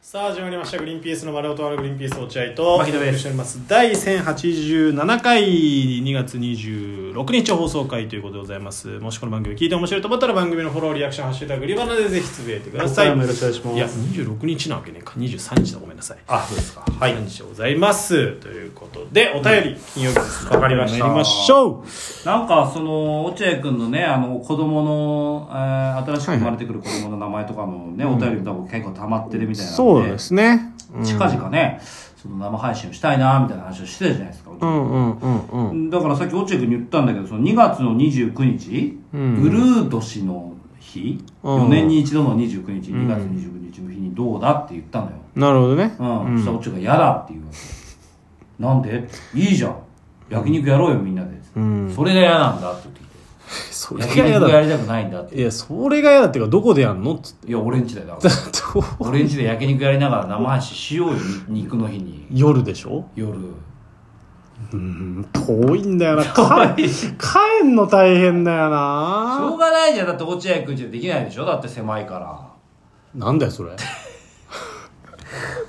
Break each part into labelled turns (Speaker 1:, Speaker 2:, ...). Speaker 1: さあ始まりました「グリーンピースの丸尾と丸グリーンピース落合」と
Speaker 2: 牧野です
Speaker 1: お送りしております第1087回2月26日放送回ということでございますもしこの番組聞いて面白いと思ったら番組のフォローリアクション「ハッシュタググリバナ」でぜひつぶやいてください
Speaker 2: これからもよろしくお願いしま
Speaker 1: い
Speaker 2: す
Speaker 1: や26日なわけねえか23日だごめんなさい
Speaker 2: あ、そうですか。
Speaker 1: は
Speaker 2: はい
Speaker 1: い、。日でございますということでお便り、金曜日ですね
Speaker 2: わかりました
Speaker 1: 参りましょう
Speaker 2: なんか、その、落合くんのね、あの、子供の、えー新しく生まれてくる子供の名前とかもね、お便りとかも結構溜まってるみたいな
Speaker 1: そうですね
Speaker 2: 近々ね、その生配信をしたいな、みたいな話をしてたじゃないですか。
Speaker 1: うんうんうんうん
Speaker 2: だからさっき落合くんに言ったんだけど、その2月の29日、ブルー年の日、
Speaker 3: うん
Speaker 2: 4年に一度の29日、2月29日の日にどうだって言ったのよ。
Speaker 3: なるほどね。
Speaker 2: うん、そしたら落合が嫌だって言うわけ。なんでいいじゃん。焼肉やろうよ、みんなで。
Speaker 3: うん。
Speaker 2: それが嫌なんだって言ってきて。
Speaker 3: それ
Speaker 2: 焼
Speaker 3: が
Speaker 2: 肉
Speaker 3: 嫌
Speaker 2: や
Speaker 3: だ。
Speaker 2: りたくないんだって。
Speaker 3: いや、それが嫌だっていうか、どこでやんのっつって。
Speaker 2: いや、俺んちだよ。 だか
Speaker 3: ど
Speaker 2: ら
Speaker 3: う
Speaker 2: 俺んちで焼肉やりながら生配信しようよ、に肉の日に。
Speaker 3: 夜でしょ
Speaker 2: 夜。
Speaker 3: うん、 遠いんだよな。帰帰んの大変だよ
Speaker 2: しょう
Speaker 3: な。
Speaker 2: がないじゃん。だって落合くんちでできないでしょだって狭いから。
Speaker 3: なんだよ、それ。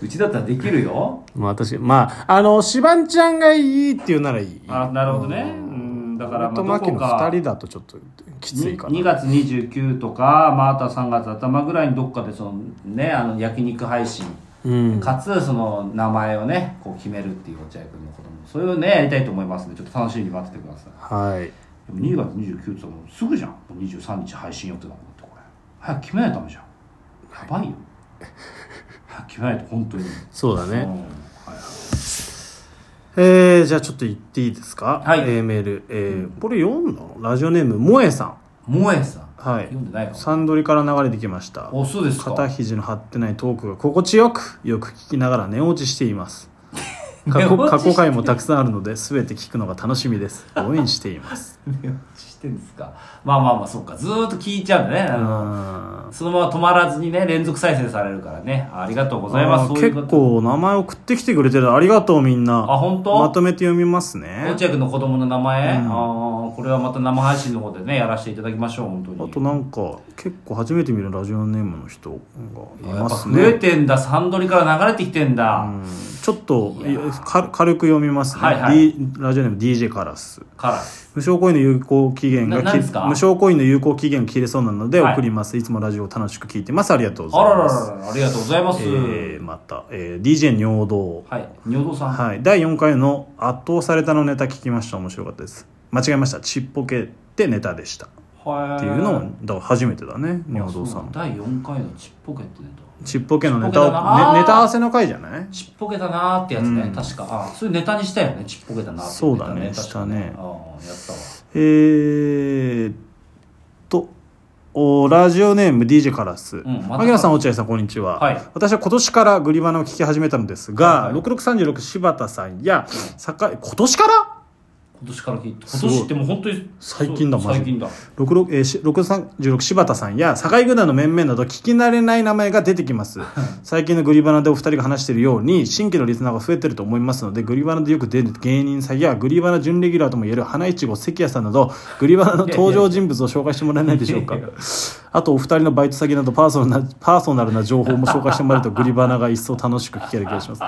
Speaker 2: うちだったらできるよ。
Speaker 3: まあ、私、まあ、あの、シバンちゃんがいいって言うならいい。
Speaker 2: あ、なるほどね。うん、だか
Speaker 3: 俺
Speaker 2: ら、ま
Speaker 3: と
Speaker 2: あ、ど
Speaker 3: マキ
Speaker 2: こ
Speaker 3: の
Speaker 2: か
Speaker 3: 二。人だとちょっときついか
Speaker 2: 2
Speaker 3: な。
Speaker 2: 月29とか、まあ、あとは3月頭ぐらいにどっかでその、ね、あの焼肉配信、
Speaker 3: うん
Speaker 2: かつその名前をねこう決めるっていう落合君のこともそれをねやりたいと思いますんでちょっと楽しみに待っててください
Speaker 3: はい。
Speaker 2: でも2月29って言ったらもうすぐじゃんもう23日配信予定だもんってこれ早く決めないとダメじゃんやばいよ早く決めないと本当に
Speaker 3: そうだ
Speaker 2: うん
Speaker 3: ね。
Speaker 2: はいはい
Speaker 3: えー、じゃあちょっと言っていいですか
Speaker 2: はい
Speaker 3: えー、メール。えー、これ読んだのラジオネーム、萌えさん。
Speaker 2: 萌えさん
Speaker 3: はい
Speaker 2: 読んでないの
Speaker 3: サンドリから流れてきました。
Speaker 2: おそうですか
Speaker 3: 肩肘の張ってないトークが心地よくよく聞きながら寝落ちしてい ます過去
Speaker 2: 寝落ち
Speaker 3: 過
Speaker 2: して
Speaker 3: 去回もたくさんあるので全て聞くのが楽しみです応援しています
Speaker 2: 目落ちしてんですかまあまあまあそっかずーっと聞いちゃうんだねあ
Speaker 3: う
Speaker 2: の
Speaker 3: ん
Speaker 2: そのまま止まらずにね連続再生されるからねありがとうございます
Speaker 3: あー
Speaker 2: そういうこ
Speaker 3: 結
Speaker 2: と
Speaker 3: 構名前送ってきてくれてるありがとうみんな
Speaker 2: あ本当
Speaker 3: まとめて読みますね
Speaker 2: 落合君の子供の名前、
Speaker 3: うん
Speaker 2: あーこれはまた生配信の方でねやらせていただきましょう本当に
Speaker 3: あとなんか結構初めて見るラジオネームの人がい
Speaker 2: やっ
Speaker 3: ま
Speaker 2: ぱ
Speaker 3: す
Speaker 2: 増
Speaker 3: ね
Speaker 2: えてんだサンドリから流れてきてんだ、
Speaker 3: うんちょっといやか軽く読みますね、
Speaker 2: はいはい
Speaker 3: D- ラジオネーム DJ カラス
Speaker 2: から
Speaker 3: 無償行為の有効期限が
Speaker 2: な
Speaker 3: き
Speaker 2: なんですか
Speaker 3: 無償行為の有効期限が切れそうなので
Speaker 2: はい
Speaker 3: 送ります、い、つもラジオを楽しく聞いてますありがとうご
Speaker 2: あ
Speaker 3: ざ
Speaker 2: ら
Speaker 3: い
Speaker 2: ら
Speaker 3: ま
Speaker 2: ら
Speaker 3: す
Speaker 2: らありがとうございます、
Speaker 3: えーまた、えー、DJ 尿道
Speaker 2: はい女房さん、
Speaker 3: はい第4回の「圧倒された」のネタ聞きました面白かったです間違えましたちっぽけってネタでしたっ
Speaker 2: は
Speaker 3: ていうのをだから初めてだね尿道さ
Speaker 2: あそうん第4回のちっぽけってね
Speaker 3: ちっぽけのネ
Speaker 2: ちっぽけだな
Speaker 3: タを、ね、ネタ合わせの回じゃない
Speaker 2: ちっぽけだなーってやつね、
Speaker 3: うん
Speaker 2: 確かあそういうネタにしたよねちっぽけだなーって
Speaker 3: そうだね
Speaker 2: ネタ確
Speaker 3: した
Speaker 2: か
Speaker 3: ね
Speaker 2: ああやったわ
Speaker 3: えーっとおラジオネーム DJ カラス、
Speaker 2: んまた
Speaker 3: 牧野さん落合さんこんにちは、
Speaker 2: はい
Speaker 3: 私は今年からグリバナを聞き始めたのですが、
Speaker 2: はいはい
Speaker 3: 6636柴田さんや坂井今年から
Speaker 2: 今年から聞いて今
Speaker 3: すごい
Speaker 2: 年ってもう本当に
Speaker 3: 最近だ
Speaker 2: そう
Speaker 3: マジ
Speaker 2: 最近だ
Speaker 3: 66えーし636柴田さんや境軍団の面々など聞き慣れない名前が出てきます 最近のグリバナでお二人が話しているように新規のリスナーが増えてると思いますのでグリバナでよく出る芸人さんやグリバナ準レギュラーともいえる花いちご関谷さんなどグリバナの登場人物を紹介してもらえないでしょうか
Speaker 2: いやいや
Speaker 3: あとお二人のバイト先などパーソナルなパーソナルな情報も紹介してもらえるとグリバナが一層楽しく聞ける気がします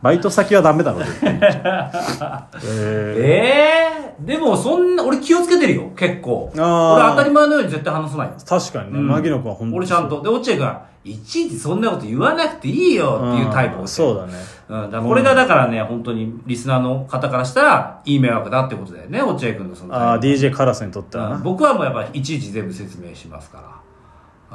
Speaker 3: バイト先はダメだろう、絶 対えー
Speaker 2: ええでもそんな、俺気をつけてるよ、結構。俺
Speaker 3: あー
Speaker 2: 当たり前のように絶対話さないよ。
Speaker 3: 確かにね、
Speaker 2: うん
Speaker 3: 牧野君は本当
Speaker 2: 俺ちゃんと。で、落合君は、いちいちそんなこと言わなくていいよっていうタイプ
Speaker 3: う
Speaker 2: を
Speaker 3: んそうだね
Speaker 2: うん、だからこれがだからね、本当にリスナーの方からしたら、いい迷惑だってことだよね、落合君のその態度。
Speaker 3: ああ DJ カラスにとってはな、
Speaker 2: うん僕はもうやっぱりいちいち全部説明しますから。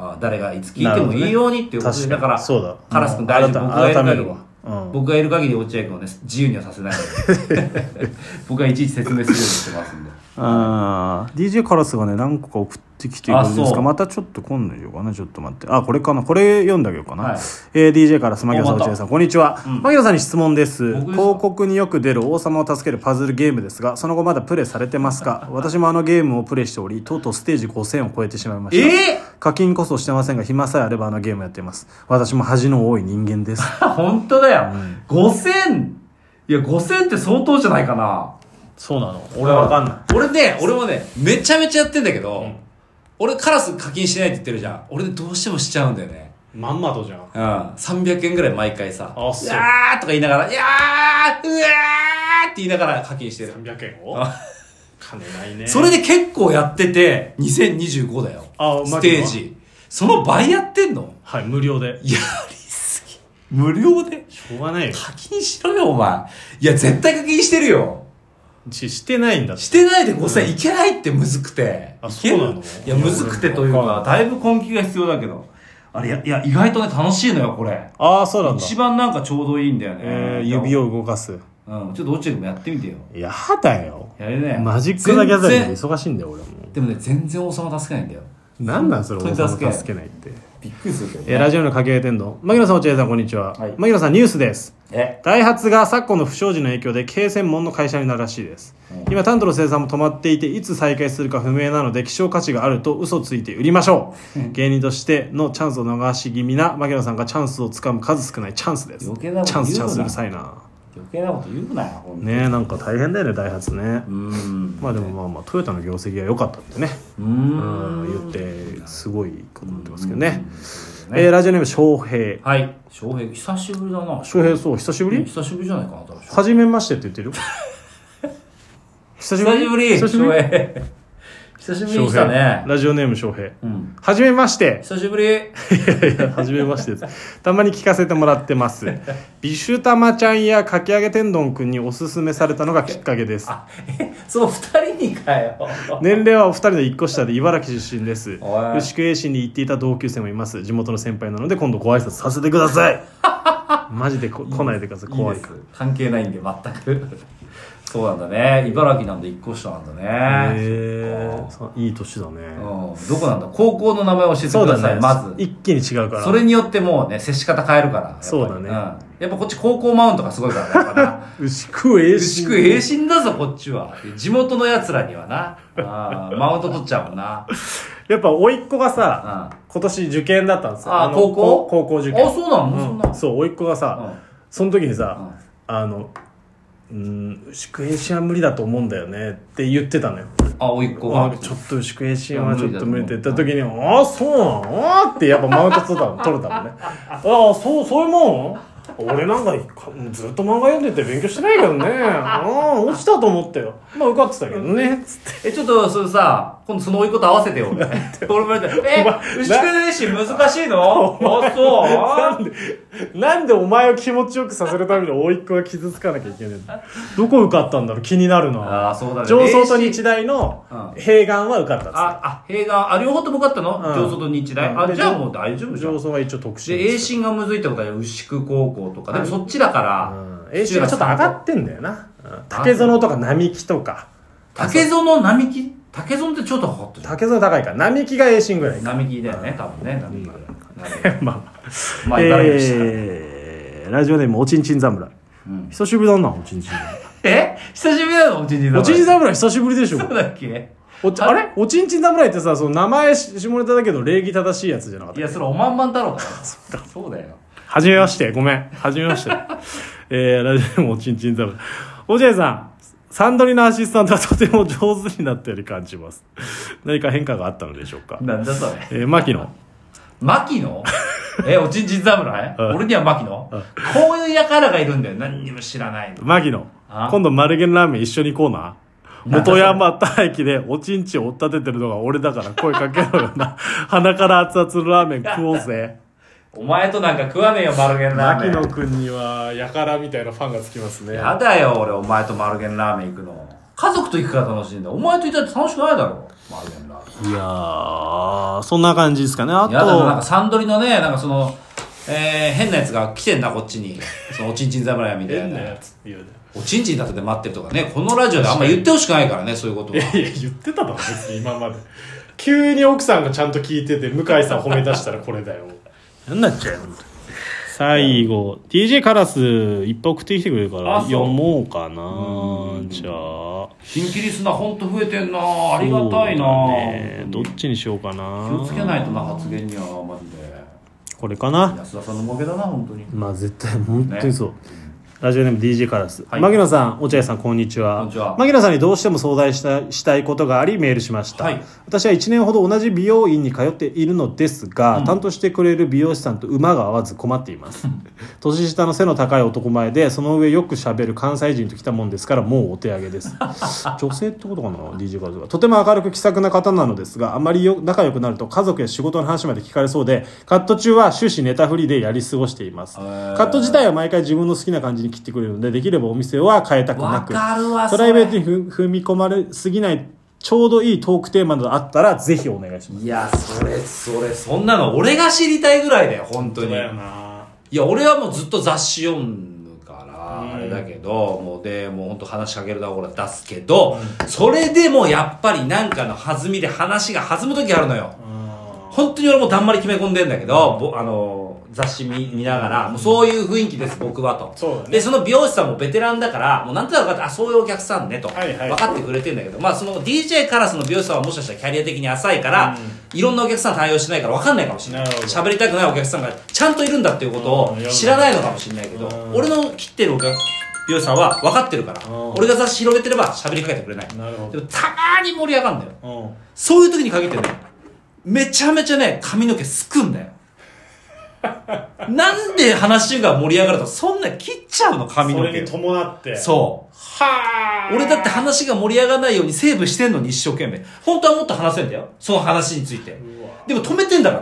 Speaker 2: あー誰がいつ聞いてもいいようにっていうことで、
Speaker 3: な
Speaker 2: だ
Speaker 3: る
Speaker 2: か
Speaker 3: ほどね確かにそうだ
Speaker 2: ら、カラス君
Speaker 3: うん
Speaker 2: 大
Speaker 3: 改
Speaker 2: 丈夫。僕がい
Speaker 3: 改
Speaker 2: る限り
Speaker 3: めるわうん
Speaker 2: 僕がいる限り落合君をね、自由にはさせないの で。僕はいちいち説明するようにしてますんで。
Speaker 3: ああ DJ カラスがね何個か送ってきてる
Speaker 2: あ
Speaker 3: んです
Speaker 2: そ
Speaker 3: か
Speaker 2: う
Speaker 3: またちょっと今度言おうかなちょっと待ってあこれかなこれ読んであげようかな、
Speaker 2: はい
Speaker 3: えー DJ カラス牧野さん
Speaker 2: おまた
Speaker 3: 落合さんこんにちは、牧野さんに質問です
Speaker 2: 僕ですか
Speaker 3: 広告によく出る王様を助けるパズルゲームですがその後まだプレイされてますか私もあのゲームをプレイしておりとうとうステージ5000を超えてしまいました
Speaker 2: え
Speaker 3: 課金こそしてませんが暇さえあればあのゲームやっています私も恥の多い人間です
Speaker 2: ー、 本当だよ。5000! いや、5000って相当じゃないかな。
Speaker 3: そうなの
Speaker 2: い。俺ね、俺もね、めちゃめちゃやってんだけど、俺カラス課金しないって言ってるじゃん。俺ねどうしてもしちゃうんだよね。
Speaker 1: まんまとじゃん
Speaker 2: うん、300円ぐらい毎回さ「
Speaker 1: あそう
Speaker 2: うわー!」とか言いながら「いやーうわー!」って言いながら課金してる
Speaker 1: 300円を
Speaker 2: あ
Speaker 1: 金ないね
Speaker 2: それで結構やってて2025だよ
Speaker 1: あ
Speaker 2: ステージその倍やってんの
Speaker 1: はい無料で
Speaker 2: やりすぎ無料で
Speaker 1: しょうがないよ
Speaker 2: 課金しろよお前いや絶対課金してるよ
Speaker 1: ししてないんだって
Speaker 2: してないで5000円いけないってむずくて
Speaker 1: あ
Speaker 2: いける
Speaker 1: そうなの
Speaker 2: いやむずくてというかだいぶ根気が必要だけどあれいやいや意外とね楽しいのよこれ
Speaker 3: ああそうなんだ
Speaker 2: 一番なんかちょうどいいんだよね、
Speaker 3: えー指
Speaker 2: を、
Speaker 3: を動かす
Speaker 2: うん、ちょっと落ちでもやってみてよ
Speaker 3: やだよ
Speaker 2: やれね
Speaker 3: マジック・ザ・ギャザリング
Speaker 2: 全然
Speaker 3: 忙しいんだよ俺も
Speaker 2: でもね全然王様助けないんだよ
Speaker 3: なんなんそれ
Speaker 2: 本
Speaker 3: 俺
Speaker 2: 当に
Speaker 3: 助
Speaker 2: 助けない
Speaker 3: けないって
Speaker 2: びっくりするけど、
Speaker 3: えーラジオのかけ合い天丼牧野さん落合さんこんにちは、
Speaker 2: はい
Speaker 3: 牧野さんニュースです
Speaker 2: え
Speaker 3: ダイハツが昨今の不祥事の影響で軽専門の会社になるらしいです
Speaker 2: うん
Speaker 3: 今タントの生産も止まっていていつ再開するか不明なので希少価値があると嘘ついて売りましょう芸人としてのチャンスを逃し気味な牧野さんがチャンスをつかむ数少ないチャンスですチ
Speaker 2: 余計なこと
Speaker 3: ャンスチャンスう
Speaker 2: 言うな
Speaker 3: るさいな
Speaker 2: 余計なこと言うなよほんと
Speaker 3: ねえなんか大変だよねダイハツね
Speaker 2: うーん
Speaker 3: まあでもまあまあトヨタの業績が良かったんでね
Speaker 2: うー
Speaker 3: うん言っ
Speaker 2: ん
Speaker 3: てすごいことになってますけどね
Speaker 2: うん
Speaker 3: えーラジオネーム翔平
Speaker 2: はい翔平久しぶりだな
Speaker 3: 翔平そう久しぶり
Speaker 2: 久しぶりじゃないかな多分
Speaker 3: はじめましてって言って るよ久しぶ
Speaker 2: 久
Speaker 3: り
Speaker 2: しぶり
Speaker 3: 久しぶり
Speaker 2: 翔平久しぶりに来たね
Speaker 3: ラジオネーム翔平
Speaker 2: うん
Speaker 3: はじめま して
Speaker 2: 久しぶり
Speaker 3: いやいやはじめましてですたまに聞かせてもらってますビシュタマちゃんやかき揚げ天丼くんにおすすめされたのがきっかけです
Speaker 2: あえその二人にかよ
Speaker 3: 年齢はお二人の一個下で茨城出身です
Speaker 2: おい
Speaker 3: 牛久栄心に行っていた同級生もいます地元の先輩なので今度ご挨拶させてくだ さいマジでこ来ないでください怖い
Speaker 2: で
Speaker 3: か
Speaker 2: す関係ないんで全くそうなんだね茨城なんで一個下なんだ
Speaker 3: ら
Speaker 2: ね
Speaker 3: へ
Speaker 2: そっ
Speaker 3: ー
Speaker 2: か
Speaker 3: そういい年だね
Speaker 2: うんどこなんだ高校の名前を教えて
Speaker 3: そ
Speaker 2: く
Speaker 3: う
Speaker 2: だ
Speaker 3: だ
Speaker 2: さい、
Speaker 3: ね
Speaker 2: まず
Speaker 3: 一気に違うから
Speaker 2: それによってもうね接し方変えるからやっぱり
Speaker 3: そうだね
Speaker 2: んやっぱこっち高校マウントがすごいからねやっぱ な
Speaker 3: 牛久栄
Speaker 2: 牛久
Speaker 3: 心
Speaker 2: 栄心だぞこっちは地元のやつらにはなあーマウント取っちゃうもんな、うん、
Speaker 3: やっぱ甥っ子がさ
Speaker 2: あ
Speaker 3: 今年受験だったんですよ
Speaker 2: あ
Speaker 3: の
Speaker 2: 高校
Speaker 3: こ高校受験
Speaker 2: そうなの、そんな、
Speaker 3: そう甥っ子がさ、
Speaker 2: うん
Speaker 3: その時にさ、あの、うん、牛久栄心は無理だと思うんだよねって言ってたのよ。
Speaker 2: あおいっ子
Speaker 3: あ
Speaker 2: が
Speaker 3: ちょっと牛久栄心はちょっと無理って言った時に、ああ、そうなのってやっぱマウント取ったの、取れたもんね。ああ、そう、そういうもん俺なんかかずっと漫画読んでて勉強してないけどね。ああ、落ちたと思ったよ。まあ受かってたけどね。つって。
Speaker 2: え、ちょっと、それさ、今度その甥いっ子と合わせてよ。俺もやって、え、牛久練習難しいのあ、
Speaker 3: なん
Speaker 2: そう
Speaker 3: で、なんでお前を気持ちよくさせるために甥いっ子が傷つかなきゃいけないのどこ受かったんだろう気になるな。
Speaker 2: あー、そうだね。
Speaker 3: 上層と
Speaker 2: 練
Speaker 3: 日
Speaker 2: 習
Speaker 3: 大の
Speaker 2: うん
Speaker 3: 併願は受かったっつって
Speaker 2: あ、あ、平眼、あ、両方とも受かったの
Speaker 3: うん
Speaker 2: 上層と日大。
Speaker 3: うん
Speaker 2: あ、
Speaker 3: で
Speaker 2: じゃあもう大丈夫じゃ
Speaker 3: 上
Speaker 2: ん。
Speaker 3: 層は一応特殊
Speaker 2: で、栄心がむずいってことは、牛久高校とか。でもそっちだから、
Speaker 3: 栄心がちょっと上がってんだよなうん竹園とか並木とか
Speaker 2: 竹園並木竹園ってちょっと高かったじゃん。
Speaker 3: 竹園高いから並木が栄心ぐらいか
Speaker 2: 並木だよね、多分ね。並木ぐらいなる ほ
Speaker 3: まあ
Speaker 2: どまあ、茨城でした。
Speaker 3: えーラジオネームおちんちん侍
Speaker 2: うん
Speaker 3: 久しぶりだなおちんちん侍
Speaker 2: え久しぶりな のおちんじ
Speaker 3: おちんちん侍久しぶりでしょ
Speaker 2: そうだっけ
Speaker 3: おちあれおちんちん侍ってさその名前下ネタだけど礼儀正しいやつじゃなかっ
Speaker 2: い
Speaker 3: た
Speaker 2: や、それおまんまん太郎だろ。そうだよ。
Speaker 3: はじめましてごめんはじめまして えーラジオネームおちんちん侍おじいさんサンドリのアシスタントはとても上手になったように感じます何か変化があったのでしょうか
Speaker 2: なんだそれ。
Speaker 3: えー、牧野。
Speaker 2: 牧野え、おちんちん侍
Speaker 3: うん
Speaker 2: 俺には牧野こういう輩がいるんだよ。何にも知らないの。
Speaker 3: 牧野
Speaker 2: あ。
Speaker 3: 今度、丸源ラーメン一緒に行こうな。
Speaker 2: なんだそ
Speaker 3: 元
Speaker 2: れ
Speaker 3: 山田駅でおちんちん追っ立ててるのが俺だから声かけろよな。 鼻から熱々のラーメン食おうぜ。
Speaker 2: お前となんか食わねえよ、マルゲンラーメ
Speaker 3: 牧
Speaker 2: ン。
Speaker 3: 野くんには、やからみたいなファンがつきますね。
Speaker 2: やだよ、俺、お前とマルゲンラーメン行くの。家族と行くから楽しいんだ。お前といたって楽しくないだろ。マルゲンラーメン。
Speaker 3: いやー、そんな感じですかね。あ
Speaker 2: やだな、なん
Speaker 3: と、
Speaker 2: かサンドリのね、なんかその、えー、変なやつが来てんだ、こっちに。その、おちんちん侍みたい
Speaker 1: 変な
Speaker 2: な。
Speaker 1: やつって言うね
Speaker 2: おちんちん立てて待ってるとかね、このラジオであんま言ってほしくないからね、そういうこと
Speaker 1: い
Speaker 2: は。
Speaker 1: やいや言ってただろ別に今まで急に奥さんがちゃんと聞いてて向井さん褒め出したらこれだよ
Speaker 3: やんなっちゃう最後、DJ カラス、いっぱい送ってきてくれるか
Speaker 2: あ
Speaker 3: ら、
Speaker 2: そう
Speaker 3: 読もうかなじゃあ。
Speaker 2: 新キリスナ本当増えてんなありがたいな
Speaker 3: そうだねどっちにしようかな
Speaker 2: 気をつけないとな発言にはマジで
Speaker 3: これかな
Speaker 2: 安田さんのおかげだな本当に
Speaker 3: まあ絶対本当にそう、ラジオネーム DJ カラス、
Speaker 4: はい
Speaker 3: 牧野さん落合さんこんにちは
Speaker 4: こんにちは
Speaker 3: 牧野さんにどうしても相談したしたいことがありメールしました、
Speaker 4: はい
Speaker 3: 私は1年ほど同じ美容院に通っているのですが、
Speaker 4: うん
Speaker 3: 担当してくれる美容師さんと馬が合わず困っています 年下の背の高い男前でその上よくしゃべる関西人と来たもんですからもうお手上げです 女性ってことかな DJ カラスがとても明るく気さくな方なのですがあまりよ仲良くなると家族や仕事の話まで聞かれそうでカット中は終始ネタフリでやり過ごしています
Speaker 4: へー
Speaker 3: カット自体は毎回自分の好きな感じに切ってくれるのでできればお店は変えたくなく
Speaker 2: わかるわ
Speaker 3: プライベートにふ踏み込まれすぎないちょうどいいトークテーマなどあったらぜひお願いします
Speaker 2: いやそれそれそんなの俺が知りたいぐらいだよ本当に
Speaker 1: だよない
Speaker 2: や俺はもうずっと雑誌読むから、
Speaker 1: うん
Speaker 2: あれだけどもうでもう本当話しかけるだこら出すけど、それでもやっぱりなんかの弾みで話が弾む時あるのよ、
Speaker 1: うん
Speaker 2: 本当に俺もだんまり決め込んでんだけど、ぼあの雑誌見見ながら、もうそういう雰囲気です、僕はと。
Speaker 1: そうだね
Speaker 2: で、その美容師さんもベテランだから、もうなんとなく分かって、あ、そういうお客さんねと、
Speaker 1: はいはい
Speaker 2: 分かってくれてんだけど、まあその DJ カラスの美容師さんはもしかしたらキャリア的に浅いから、いろんなお客さん対応してないから分かんないかもしれない。
Speaker 1: なるほど
Speaker 2: 喋りたくないお客さんがちゃんといるんだっていうことを
Speaker 1: うん
Speaker 2: 知らないのかもしれないけど
Speaker 1: うん、
Speaker 2: 俺の切ってるお客美容師さんは分かってるから
Speaker 1: うん、
Speaker 2: 俺が雑誌広げてれば喋りかけてくれない。
Speaker 1: なるほ
Speaker 2: でもたまに盛り上がるんだよ。
Speaker 1: どうん
Speaker 2: そういう時に限ってね、めちゃめちゃね、髪の毛すくんだよ。なんで話が盛り上がると、そんな切っちゃうの、髪
Speaker 1: そ
Speaker 2: の
Speaker 1: れ
Speaker 2: 毛
Speaker 1: に。伴って
Speaker 2: そう。
Speaker 1: はあ
Speaker 2: 俺だって話が盛り上がらないようにセーブしてんのに一生懸命。本当はもっと話せんだよ。その話について。
Speaker 1: うわ
Speaker 2: でも止めてんだか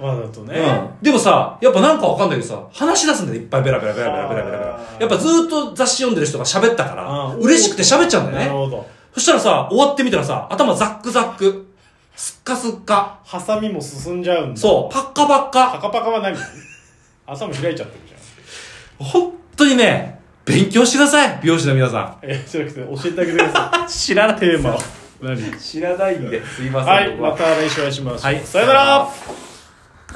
Speaker 2: ら。
Speaker 1: わざとね、
Speaker 2: うん、でもさ、やっぱなんかわかんないけどさ、話し出すんだよ、いっぱいベラベラベラベラベラベラベラ
Speaker 1: あ。ー
Speaker 2: やっぱずーっと雑誌読んでる人が喋ったか
Speaker 1: あ
Speaker 2: ら
Speaker 1: ー、
Speaker 2: 嬉しくて喋っちゃうんだ
Speaker 1: なる
Speaker 2: よね。
Speaker 1: ほど
Speaker 2: そしたらさ、終わってみたらさ、頭ザックザック。すっかすっか。
Speaker 1: ハサミも進んじゃうんだ
Speaker 2: そう、パッカパッ
Speaker 1: パ
Speaker 2: カ。
Speaker 1: カパカは何朝も開いちゃってるじゃ
Speaker 2: 本当にね、勉強してください、美容師の皆さ
Speaker 1: んえじゃなくて教えてあげてくださ
Speaker 2: ん。知らない
Speaker 1: い テーマを何
Speaker 2: 知らないんで、すいません。
Speaker 1: はい
Speaker 2: 僕
Speaker 1: ま
Speaker 2: は
Speaker 1: た来週お会いしましょう、
Speaker 2: はい
Speaker 1: さよなら